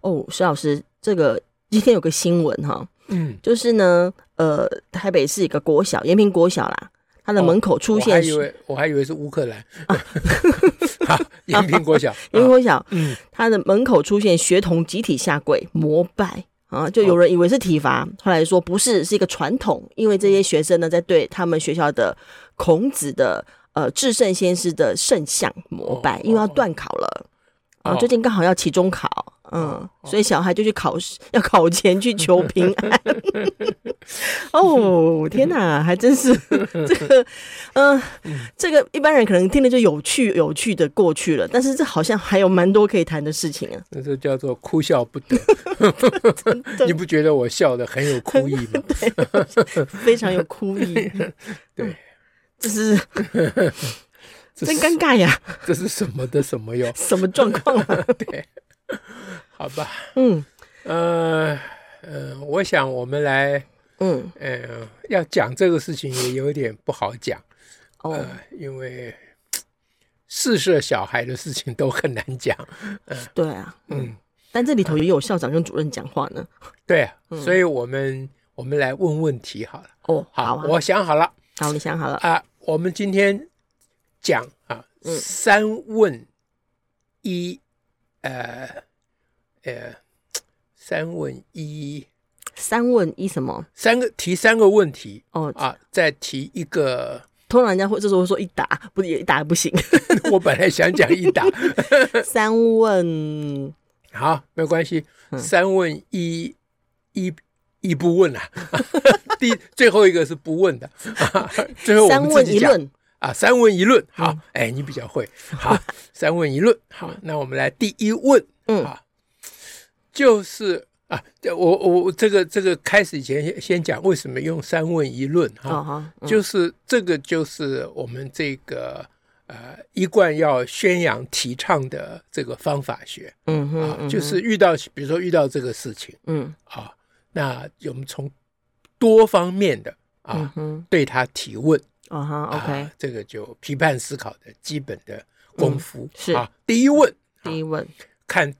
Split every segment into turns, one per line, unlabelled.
哦，石老师，这个今天有个新闻哈、
嗯，
就是呢，呃，台北市一个国小，延平国小啦，它的门口出
我还
现
以
是、
为我还以为是乌克兰， 好，延平国小，
延平国小，
嗯，
它的门口出现学童集体下跪膜拜啊，
哦
就有人以为是体罚，后来说不是，是一个传统，因为这些学生呢在对他们学校的孔子的呃至圣先师的圣像膜拜，
哦
因为要断考了。啊，
哦
最近刚好要期中考，嗯
哦，
所以小孩就去考试，要考前去求平安。 哦，天哪，还真是这个，嗯、这个一般人可能听了就有趣有趣的过去了，但是这好像还有蛮多可以谈的事情啊。
那就叫做哭笑不得。 你不觉得我笑的很有哭意 吗？
非常 有哭意。嗯
对，
这是
这
真
是
尴尬呀，
这是什么的什么哟？
什么状况啊？
对，好吧，
嗯
呃呃，我想我们来，
嗯，
呃，要讲这个事情也有点不好讲，
哦
呃，因为四射小孩的事情都很难讲，
对啊，
嗯，
但这里头也有校长跟主任讲话呢。
对啊，
嗯
所以我们我们来问问题好了。
哦，
好，
好啊，
我想好了
好，你想好了，
啊、我们今天讲啊，
嗯
三问一，呃呃，三问一，
三问一什么？
三个提三个问题
哦，
啊，再提一个。
通常人家会这时候会说一打，不也一打也不行。
我本来想讲一打，
三问，
好，没关系，
嗯
三问一，一一不问啊， 第最后一个是不问的， 最后我
三
们自
问
己
一
讲。
论。嗯
啊，三问一论，好，哎、你比较会，好，三问一论，好，那我们来第一问，
嗯
啊，就是啊，这我我我这个这个开始以前先先讲为什么用三问一论哈、
哦好，嗯
就是这个就是我们这个呃一贯要宣扬提倡的这个方法学
嗯哼
啊
嗯，哼，
就是遇到比如说遇到这个事情
嗯
啊，那我们从多方面的啊、
嗯哼，
对他提问。
哦哈，OK，嗯
啊，这个就批判思考的基本的功夫、
是
啊。第一问，
第一问，
看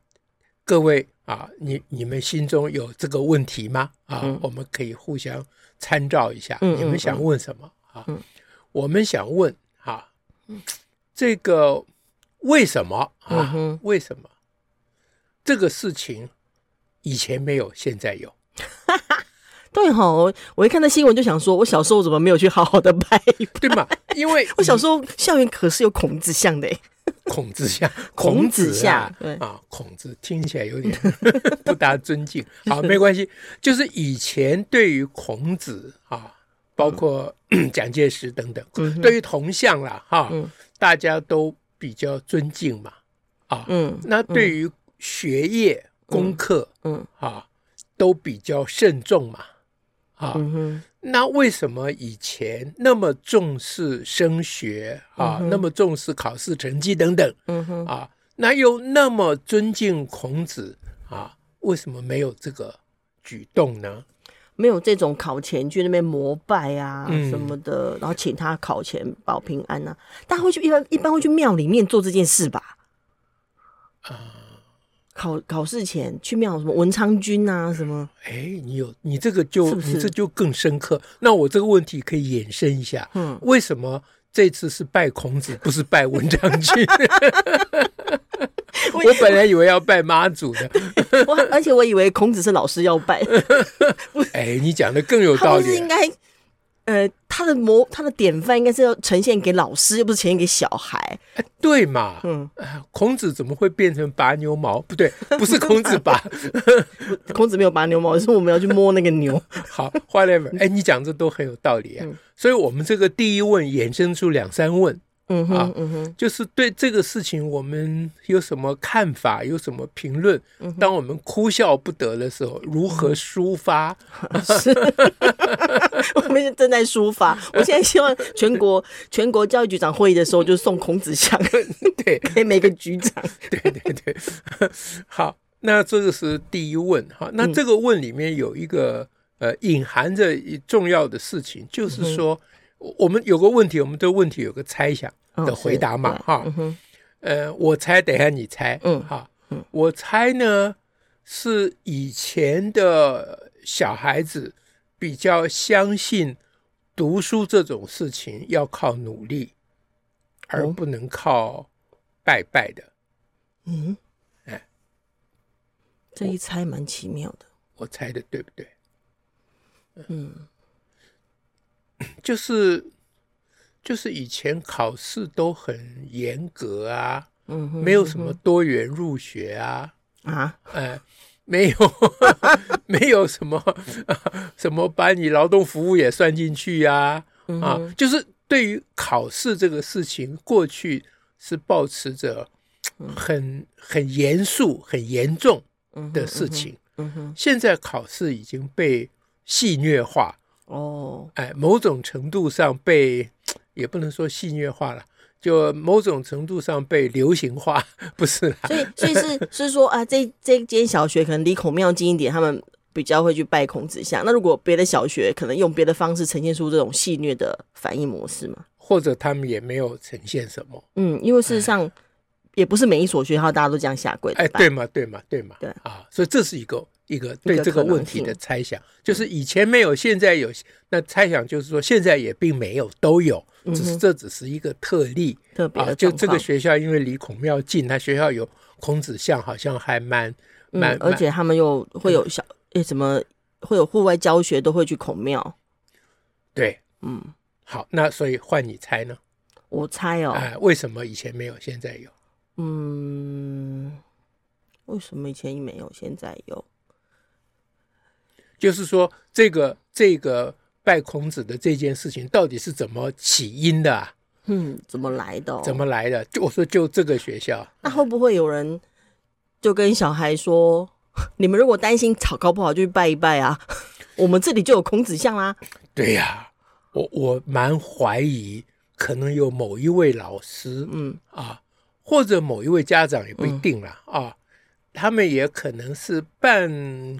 各位啊，你你们心中有这个问题吗？啊，
嗯
我们可以互相参照一下，
嗯嗯
你们想问什么啊？
嗯
我们想问啊，这个为什么
嗯
啊？
哼，
为什么这个事情以前没有，现在有？
对吼，我一看到新闻就想说，我小时候怎么没有去好好的拜
对吗？因为
我小时候校园可是有孔子像的欸，
孔子像，
孔子
子
像
啊
对
啊，孔子听起来有点 不大 尊敬。好，没关系，就是以前对于孔子啊，包括 蒋介石等等，
嗯嗯哼
对于铜像啦哈，
嗯
大家都比较尊敬嘛啊。
嗯
那对于学业、功课
嗯
啊，都比较慎重嘛啊。
嗯哼，
那为什么以前那么重视升学啊，那么重视考试成绩等等
嗯哼，
啊，那又那么尊敬孔子啊，为什么没有这个举动呢？
没有这种考前去那边膜拜啊
嗯
什么的，然后请他考前保平安啊。大家会去一般一般会去庙里面做这件事吧？
呃
考考试前去庙什么文昌君啊什么？
哎，你有你这个就是
不是
你这就更深刻。那我这个问题可以延伸一下，
嗯
为什么这次是拜孔子，不是拜文章 君？我本来以为要拜妈祖的，
我而且我以为孔子是老师要 拜，
哎，你讲的更有
他
道
不是
理
应。该呃他的模他的典范应该是要呈现给老师，又不是呈现给小孩。
哎对嘛？
嗯
啊，孔子怎么会变成拔牛毛？不对，不是孔子拔。
孔子没有拔牛毛，是我们要去摸那个牛。
好，whatever。哎，你讲这都很有道理啊。所以，我们这个第一问衍生出两三问，
嗯
啊
哼，嗯哼，
就是对这个事情我们有什么看法，有什么评论？当我们哭笑不得的时候，如何抒发？
我们是正在抒发。我现在希望全国 全国教育局长会议的时候，就送孔子像
对
给每个局长。
对对对，好，那这个是第一问哈。那这个问里面有一个呃，隐含着一重要的事情，就是说我我们有个问题，我们对问题有个猜想
嗯
的回答嘛
是对
哈
嗯。哼，
呃，我猜，等一下你猜，
嗯
哈，我猜呢是以前的小孩子比较相信读书这种事情要靠努力，而
哦
不能靠拜拜的。
嗯
哎，
这一猜蛮奇妙的。
我猜的对不对？
嗯，
就是就是以前考试都很严格啊，
嗯哼，
没有什么多元入学啊，
啊，
哎，没有 没有什么、 什么把你劳动服务也算进去呀、啊，
嗯
啊，就是对于考试这个事情，过去是保持着很很严肃、很严重
嗯哼
的事，情，
嗯哼，
现在考试已经被戏虐化，
哦，
哎，某种程度上被也不能说戏虐化了，就某种程度上被流行化， 不是啦。
所以所以是是说啊，这这间小学可能离孔庙近一点，他们比较会去拜孔子像。那如果别的小学可能用别的方式呈现出这种戏谑的反应模式嘛？
或者他们也没有呈现什么。
嗯，因为事实上也不是每一所学校大家都这样下跪的
哎，
吧
对嘛，对嘛，对嘛，
对
啊，所以这是一个一个对
个
这个
可能
问题的
性嗯
猜想，就是以前没有，现在有，那猜想就是说现在也并没有，都有，只是这只是一个特例
特嗯别
啊。
的
就
状
这
况
个。学校因为离孔庙近，它学校有孔子像，好像还蛮蛮
嗯，，而
蛮
且他们又会有小诶什么，会有户外教学，都会去孔庙。
对，
嗯，
好，那所以换你猜呢？
我猜哦，
哎，为什么以前没有，现在有？
嗯，为什么以前没有，现在有？
就是说这个这个拜孔子的这件事情到底是怎么起因的、啊？
嗯，怎么来的、哦？
怎么来的？就我说就这个学校。啊
那会不会有人就跟小孩说：“ 你们如果担心草搞不好，就去拜一拜啊，我们这里就有孔子像啦。
对呀、我我蛮怀疑，可能有某一位老师”
嗯
啊，或者某一位家长也不一定啦、啊，他们也可能是半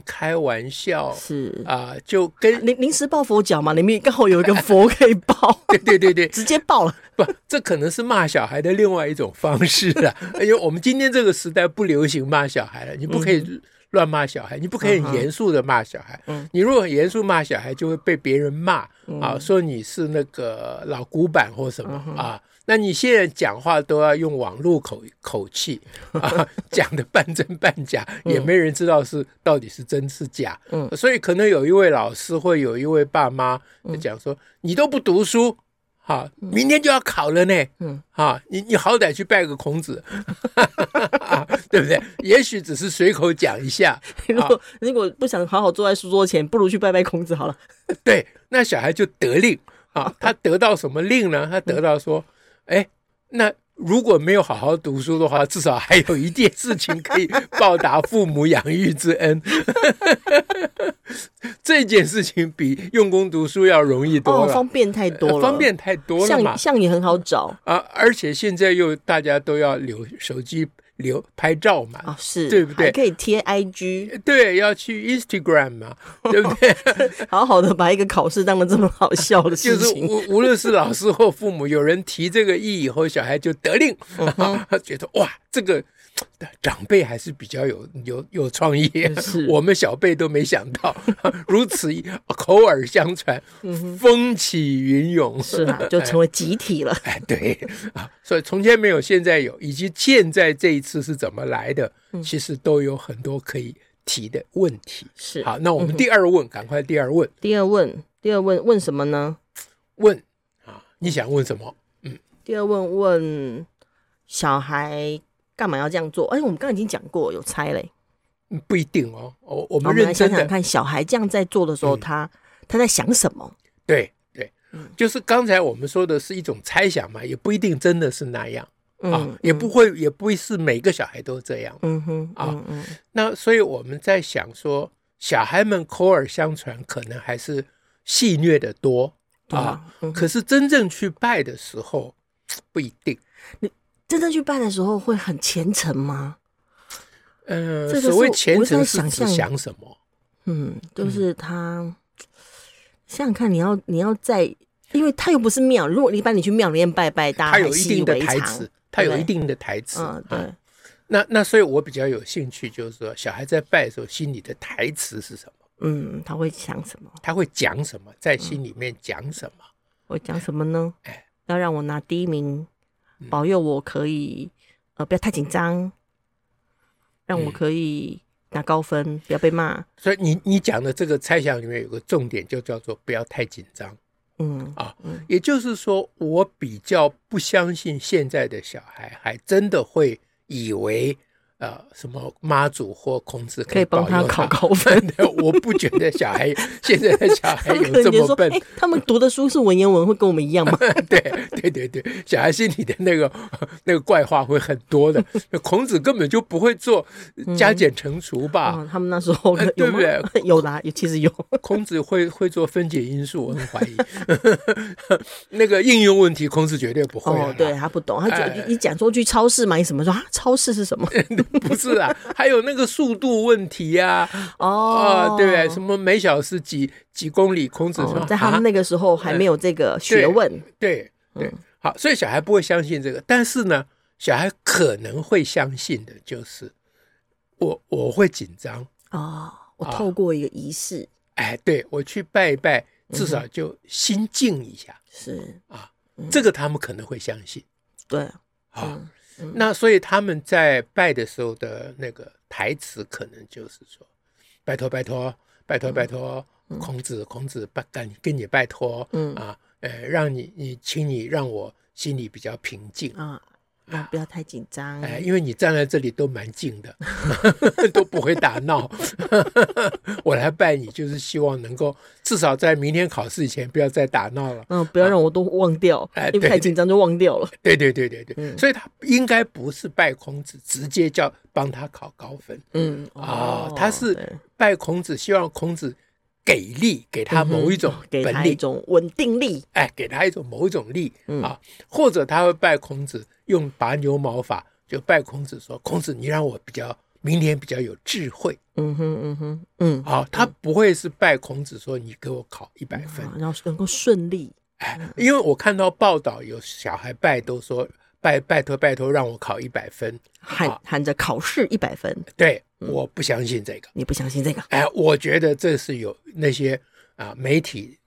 开玩笑
是
啊，就跟 ，
临临时抱佛脚嘛，里面刚好有一个佛可以抱
对对对对，
直接抱了。
不，这可能是骂小孩的另外一种方式啊， 因为我们今天这个时代不流行骂小孩了，你不可以乱骂小孩，你不可以很严肃的骂小孩。
嗯
你如果很严肃骂小孩，就会被别人骂、啊，说你是那个老古板或什
嗯
么、啊。那你现在讲话都要用网络口口气 啊，讲的半真半假，也没人知道是到底是真是假。
嗯
所以可能有一位老师或有一位爸妈
嗯
就讲说：“你都不读书，哈、明天就要考了呢。”
嗯，
啊，你你好歹去拜个孔子， 啊对不对？也许只是随口讲一下，
如果如果不想好好坐在书桌前，不如去拜拜孔子好了。
对，那小孩就得令啊。他得到什么令呢？他得到说，哎，那如果没有好好读书的话，至少还有一件事情可以报答父母养育之恩。这件事情比用功读书要容易多
哦，
了，呃
方便太多了，
方便太多了嘛
像。像也很好找
啊，而且现在又大家都要留手机留拍照嘛，
啊，是
对不对
还可以贴 IG，
对，要去 Instagram 嘛，对不对？
好好的把一个考试当的这么好笑的
就
事
是
情。
无无论是老师或父母，有人提这个意以后，小孩就得令，
嗯
觉得哇，这个长辈还是比较有有有创意，
是
我们小辈都没想到， 如此一口耳相传，风起云涌。
嗯是 啊，就成为集体了。
哎，对 啊，所以从前没有，现在有，以及现在这一次是怎么来的，
嗯
其实都有很多可以提的问题。
是嗯
好，那我们第二问，赶快第二问，
第二问，第二问问什么呢？
问啊，你想问什么？
第二问问小孩干嘛要这样做？哎，我们刚刚已经讲过，有猜嘞。
嗯不一定哦，我我
好我
们
们
认
来想
真的嗯
想看，小孩这样在做的时候，他他在想什么？
对对，
嗯
就是刚才我们说的是一种猜想嘛，也不一定真的是那样啊
嗯，
也不会，也不会是每个小孩都这样。
嗯哼
啊
嗯嗯
那所以我们在想说，小孩们口耳相传，可能还是戏谑的多
对
啊。
啊，嗯
可是真正去拜的时候，不一定。
真正去办的时候会很虔诚吗？
嗯、
这个是
所谓虔诚
我在
是
想
指
象
想什么？
嗯，就是他、想想看，你要你要在，因为他又不是庙，如果一般你去庙里面拜拜，大
它
家
有
还
一
习
定
以
的
为
台
常
词，它有一
对
定的台词。
嗯，
啊
对，
那那所以，我比较有兴趣，就是说，小孩在拜的时候，心里的台词是什么？
嗯，他会想什么？
他会讲什么？在心里面讲什么？
我讲什么呢
哎？嗯
要让我拿第一名，保佑我可以，呃，不要太紧张，让我
嗯
可以拿高分，不要被骂。
所以你你讲的这个猜想里面有个重点，就叫做不要太紧张。
嗯
啊
嗯
也就是说，我比较不相信现在的小孩还真的会以为呃什么妈祖或孔子
可以帮
保佑
他考高分
对我不觉得小孩现在的小孩
他们
有
可能
这
觉得
么
说，
笨
哎、。他们读的书是文言文，会跟我们一样 吗？
对对对对，小孩心里的那个那个怪话会很多的。孔子根本就不会做
嗯
加减乘除吧？
哦，他们那时候
呃
有
对不
吗？
对
有啦，有其实有。
孔子会会做分解因数，我很怀疑。 那个应用问题，孔子绝对不会、啊
哦，对他不懂，他
哎
讲你讲说去超市买什么，说啊，超市是什么？
不是啊，还有那个速度问题呀、啊，
哦，
对不对？什么每小时几几公里？孔子说，
哦在他们
啊、
那嗯个时候还没有这个学问。
对对、好，所以小孩不会相信这个，但是呢，小孩可能会相信的，就是我我会紧张，
哦，我
啊
透过一个仪式，
哎，对我去拜一拜，至
嗯
少就心静一下，
是嗯
这个他们可能会相信
对，
啊。
嗯
那所以他们在拜的时候的那个台词，可能就是说：“拜托，拜托，拜托，拜托，孔子，孔子，拜干跟你拜托，
嗯
啊，呃，让你你，请你让我心里比较平静。
啊，那不要太紧张。
哎，因为你站在这里都蛮静 的， 都不会打闹。 我来拜你，就是希望能够至少在明天考试以前不要再打闹了。
嗯，不要让我都忘掉
啊哎，
因为
对
太紧张就忘 掉了。
对对对对对，
嗯
所以他应该不是拜孔子，直接叫帮他考高分。
嗯，
啊、
哦
他是
对
拜孔子，希望孔子给力，给他某一种
嗯给
本
他一
领，
种稳定力。
哎，给他一种某一种力、
嗯
啊，或者他会拜孔子，用拔牛毛法，就拜孔子说：“孔子，你让我比较明年比较有智慧。
嗯哼，嗯哼，嗯”，
啊，他不会是拜孔子说：“你给我考一百分。
好然后哦能够顺利。
哎，因为我看到报道有小孩拜都说。拜拜托拜托，让我考一百分。啊
喊喊着考试一百分，
对，
嗯
我不相信这个。
你不相信这个？
哎，我觉得这是有那些啊、媒体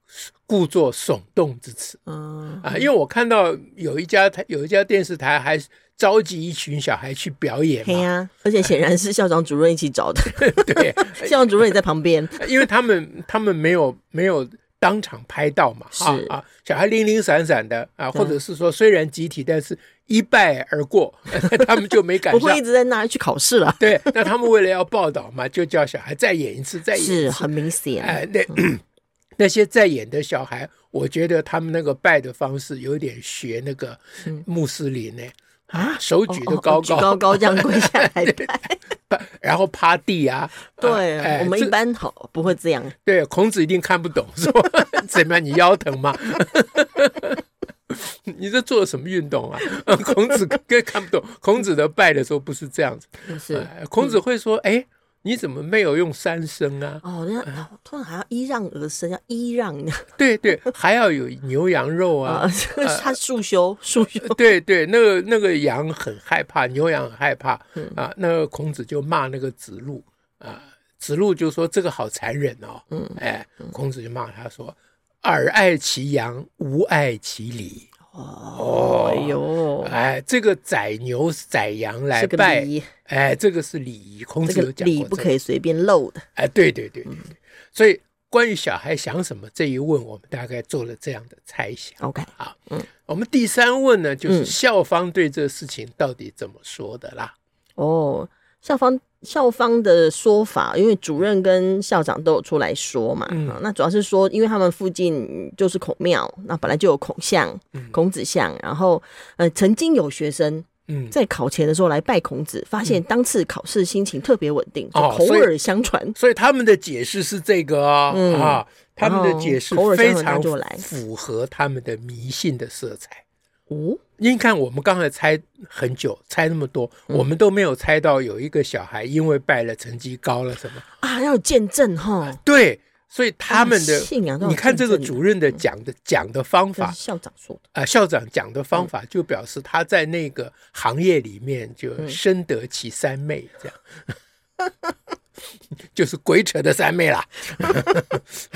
故作耸动之词
嗯，
啊，因为我看到有一家台有一家电视台还召集一群小孩去表演
嘿
嘛，
呀，而且显然是校长主任一起找的，
哎对，
校长主任也在旁 边。
因为他们他们没有没有。当场拍到嘛，啊
是嗯
啊，小孩零零散散的啊，
对
或者是说虽然集体，但是一败而过， 他们就没赶
不
上
会一。直在那去考试了，
对，那他们为了要报道嘛，就叫小孩再演一次，再演一次。
是很明显。
哎，那
嗯
那些在演的小孩，我觉得他们那个拜的方式有点学那个穆斯林呢、
啊
手举得高
哦哦举
高，
高高这样跪下 来拜。
然后趴地啊。
对
哎，
我们一
这
般好不会这样。
对孔子一定看不懂， 说怎么样，你腰疼吗？ 你这做了什么运动啊？ 孔子更看不懂，孔子的拜的时候不是这样子，
是
哎孔子会说：“哎，你怎么没有用三声啊？
哦，人家突然还要依让而生，要依让
对对，还要有牛羊肉啊。
啊，他束修束修，
对对，那个那个羊很害怕，牛羊很害怕
嗯
啊。那个孔子就骂那个子路啊，子路就说这个好残忍哦。嗯，哎，孔子就骂他说：“尔爱其羊，吾爱其礼。”哦
哎，呦，
哎，这个宰牛宰羊来
这个
拜，
礼，
哎，这个是礼仪。孔子
这
有
个
讲
礼
过
不
这
可
个。
以嗯随便漏的。
哎，对对对对对。所以关于小孩想什么这一问，我们大概做了这样的猜想。
OK，
我们第三问呢，就是
嗯
校方对这个事情到底怎么说的啦？
哦，校方校方的说法，因为主任跟校长都有出来说嘛，
嗯
啊那主要是说，因为他们附近就是孔庙，那本来就有孔像、孔子像，然后呃，曾经有学生
嗯，
在考前的时候来拜孔子，发现当次考试心情特别稳定，就
哦
口
所以
耳相传。
所以他们的解释是这个哦
嗯
啊，他们
然
的
后
解释
口耳相
非
传
常
他就来
符合他们的迷信的色彩。
哦，
您看，我们刚才猜很久，猜那么多，
嗯
我们都没有猜到有一个小孩因为拜了成绩高了什么。
啊，要有见证哈，
对，所以他们的
啊信仰都有
你看这个
见证的嗯
主任的讲的讲的方
这
法
是校长说 的。
啊、校长讲的
嗯
方法，就表示他在那个行业里面
嗯
就深得其三妹，这样， 就是鬼扯的三妹啦。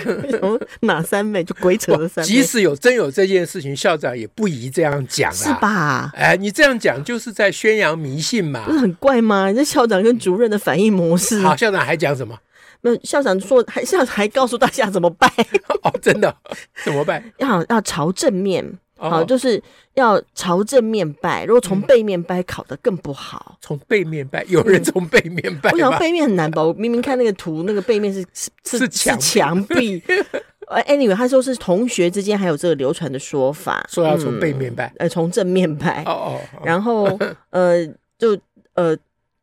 嗯哪三妹就鬼扯的三妹
即，使有真有这件事情，校长也不宜这样讲
是
啦。
吧？
哎，你这样讲就是在宣扬迷信嘛
不。是很怪吗？这校长跟主任的反应模式，
好，校长还讲什么？
没有校长说，还校长还告诉大家怎么拜，
哦，真的怎么办？
要要朝正面，
哦
好，就是要朝正面拜。如果从背面拜，考得更不好。
从背面拜，有人从背面拜
嗯我想
吗？
背面很难吧？我明明看那个图，那个背面是是
是
是
墙壁
墙 壁。呃，anyway，他说是同学之间还有这个流传的说法，
说要从背
嗯
面拜。
呃，从正面拜。
哦哦，哦
然后呃，就呃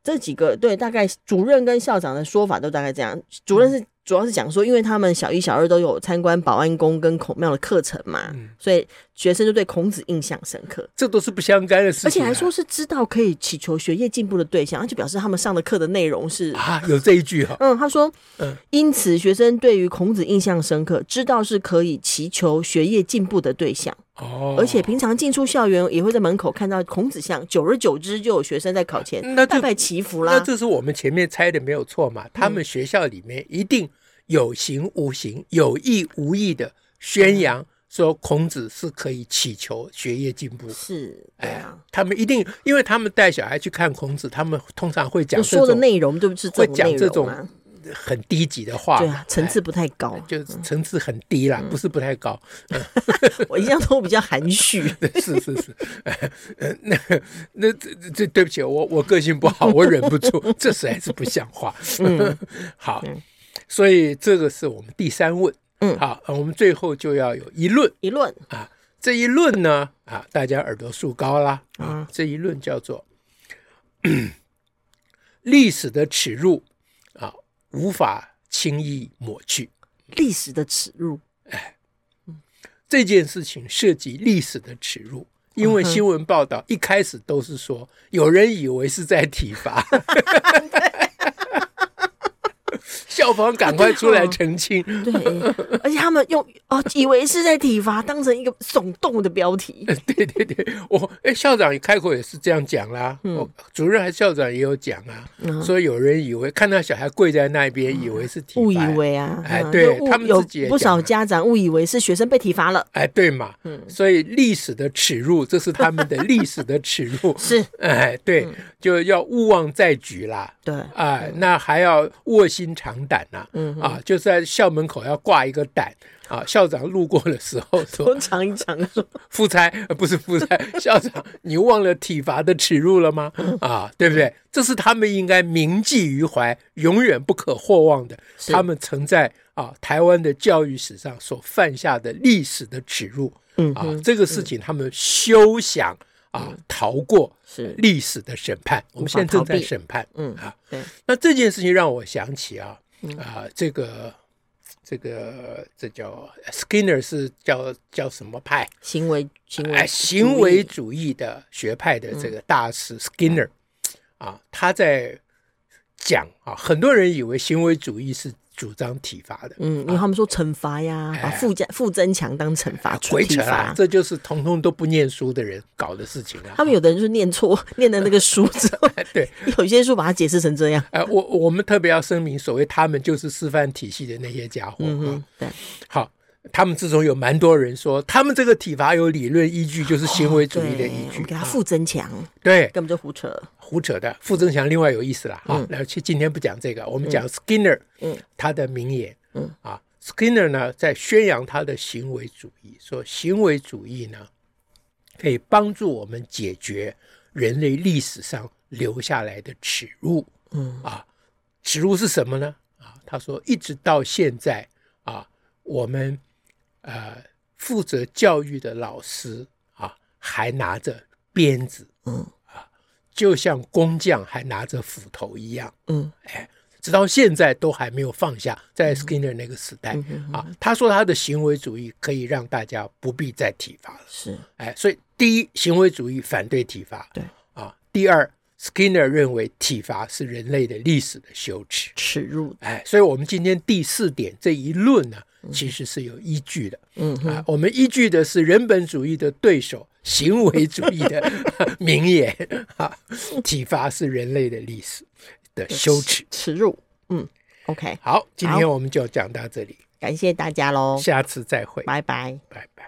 这几个对，大概主任跟校长的说法都大概这样。主任是、
嗯
主要是讲说，因为他们小一、小二都有参观保安宫跟孔庙的课程嘛，
嗯
所以学生就对孔子印象深刻。
这都是不相干的事情啊，
而且还说是知道可以祈求学业进步的对象，而且表示他们上的课的内容是，
啊，有这一句哈，
嗯，他说
嗯，
因此学生对于孔子印象深刻，知道是可以祈求学业进步的对象。
哦，
而且平常进出校园也会在门口看到孔子像，久而久之就有学生在考前
嗯那
拜
这
拜祈福
那
啦。嗯
这是我们前面猜的没有错嘛，他们学校里面一定有形无形、有意无意的宣扬
嗯
说孔子是可以祈求学业进步。哎
是，对啊，
他们一定，因为他们带小孩去看孔子，他们通常会讲
就
这
说的
种
内容对不对？是这
会
种
讲
内
这
容啊，
很低级的话嘛，
对啊，层次不嗯太高
哎。就层次很低啦，不是不太高。
我一向都比较含蓄，
是是是，呃呃那那这这这对不起，我我个性不好，我忍不住，这实在是不 像话。
嗯
好，所以这个是我们第三问。
嗯
好，呃我们最后就要有一论
一论
啊，这一论呢啊，大家耳朵竖高啦啊
嗯，
这一论叫做历史的耻辱啊，无法轻易抹去。
历史的耻辱，
这件事情涉及历史的耻
嗯
辱，因为新闻报道一开始都是说有人以为是在体罚， 校方赶快出来澄清。
对，啊而且他们用哦，以为是在体罚，当成一个耸动的标题，
对对对，我哎，校长一开口也是这样讲啦，
嗯
我主任还校长也有讲啊，说有人以为看到小孩跪在那边，以为是体罚，
误以为啊，
哎
嗯
对
就误
他们
有
自己也
不
讲
少
了
家长误以为是学生被体罚了，
哎，对嘛，
嗯
所以历史的耻辱，这是他们的历史的耻辱，
是
哎，
嗯
对，就要勿忘在举啦。
对，
啊、那还要卧薪尝胆呐、啊，
嗯
就是在校门口要挂一个胆啊。校长路过的时候说
通常一常说，：“
副差、呃不是副差，校长，你忘了体罚的耻辱了吗？”
嗯
啊，对不对？这是他们应该铭记于怀，永远不可或忘的，
是
他们曾在啊台湾的教育史上所犯下的历史的耻辱
嗯
啊，这个事情他们休想啊逃过
是，
历史的审判。我们
无法
现在正
逃
在
避
审判，
嗯
啊。
对，
那这件事情让我想起啊，
嗯
啊、这个这个这叫 Skinner 是叫叫什么派？
行为行为嗯
哎，行为主义的学派的这个大师 Skinner 啊，他在讲啊，很多人以为行为主义是主张体罚的，
嗯，因为他们说惩罚呀，把
啊哎
负加负增强当惩罚处
回
体
扯啊
罚，。
这就是通通都不念书的人搞的事情啊。
他们有的人就是念错， 念的那个书之 后，
对，
有一些书把它解释成这样。
哎、我我们特别要声明，所谓他们就是师范体系的那些家伙、
嗯
啊。
哼，对，
好，他们之中有蛮多人说，他们这个体罚有理论依据，就是行为主义的
哦对
依
我
据
们给他
啊。
负增强，
对，
根本就胡扯。
胡扯的。傅增强另外有意思啦，哈、然后去今天不讲这个，我们讲 Skinner，
嗯
他的名言，
嗯
啊，Skinner 呢在宣扬他的行为主义，说行为主义呢可以帮助我们解决人类历史上留下来的耻辱
嗯
啊，耻辱是什么呢？啊，他说一直到现在啊，我们呃负责教育的老师啊，还拿着鞭子，
嗯
就像工匠还拿着斧头一样，哎
嗯
直到现在都还没有放下。在 Skinner 那个时代
嗯哼
啊，他说他的行为主义可以让大家不必再体罚了。
是
哎，所以第一，行为主义反对体罚，
对
啊。第二，Skinner 认为体罚是人类的历史的羞耻。
耻辱，
哎，所以我们今天第四点这一论呢，其实是有依据的。
嗯哼
啊，我们依据的是人本主义的对手行为主义的 名言啊，体罚是人类的历史的羞耻。
耻辱，嗯，OK，
好，今天
好
我们就讲到这里，
感谢大家喽，
下次再会，
拜拜。
拜拜。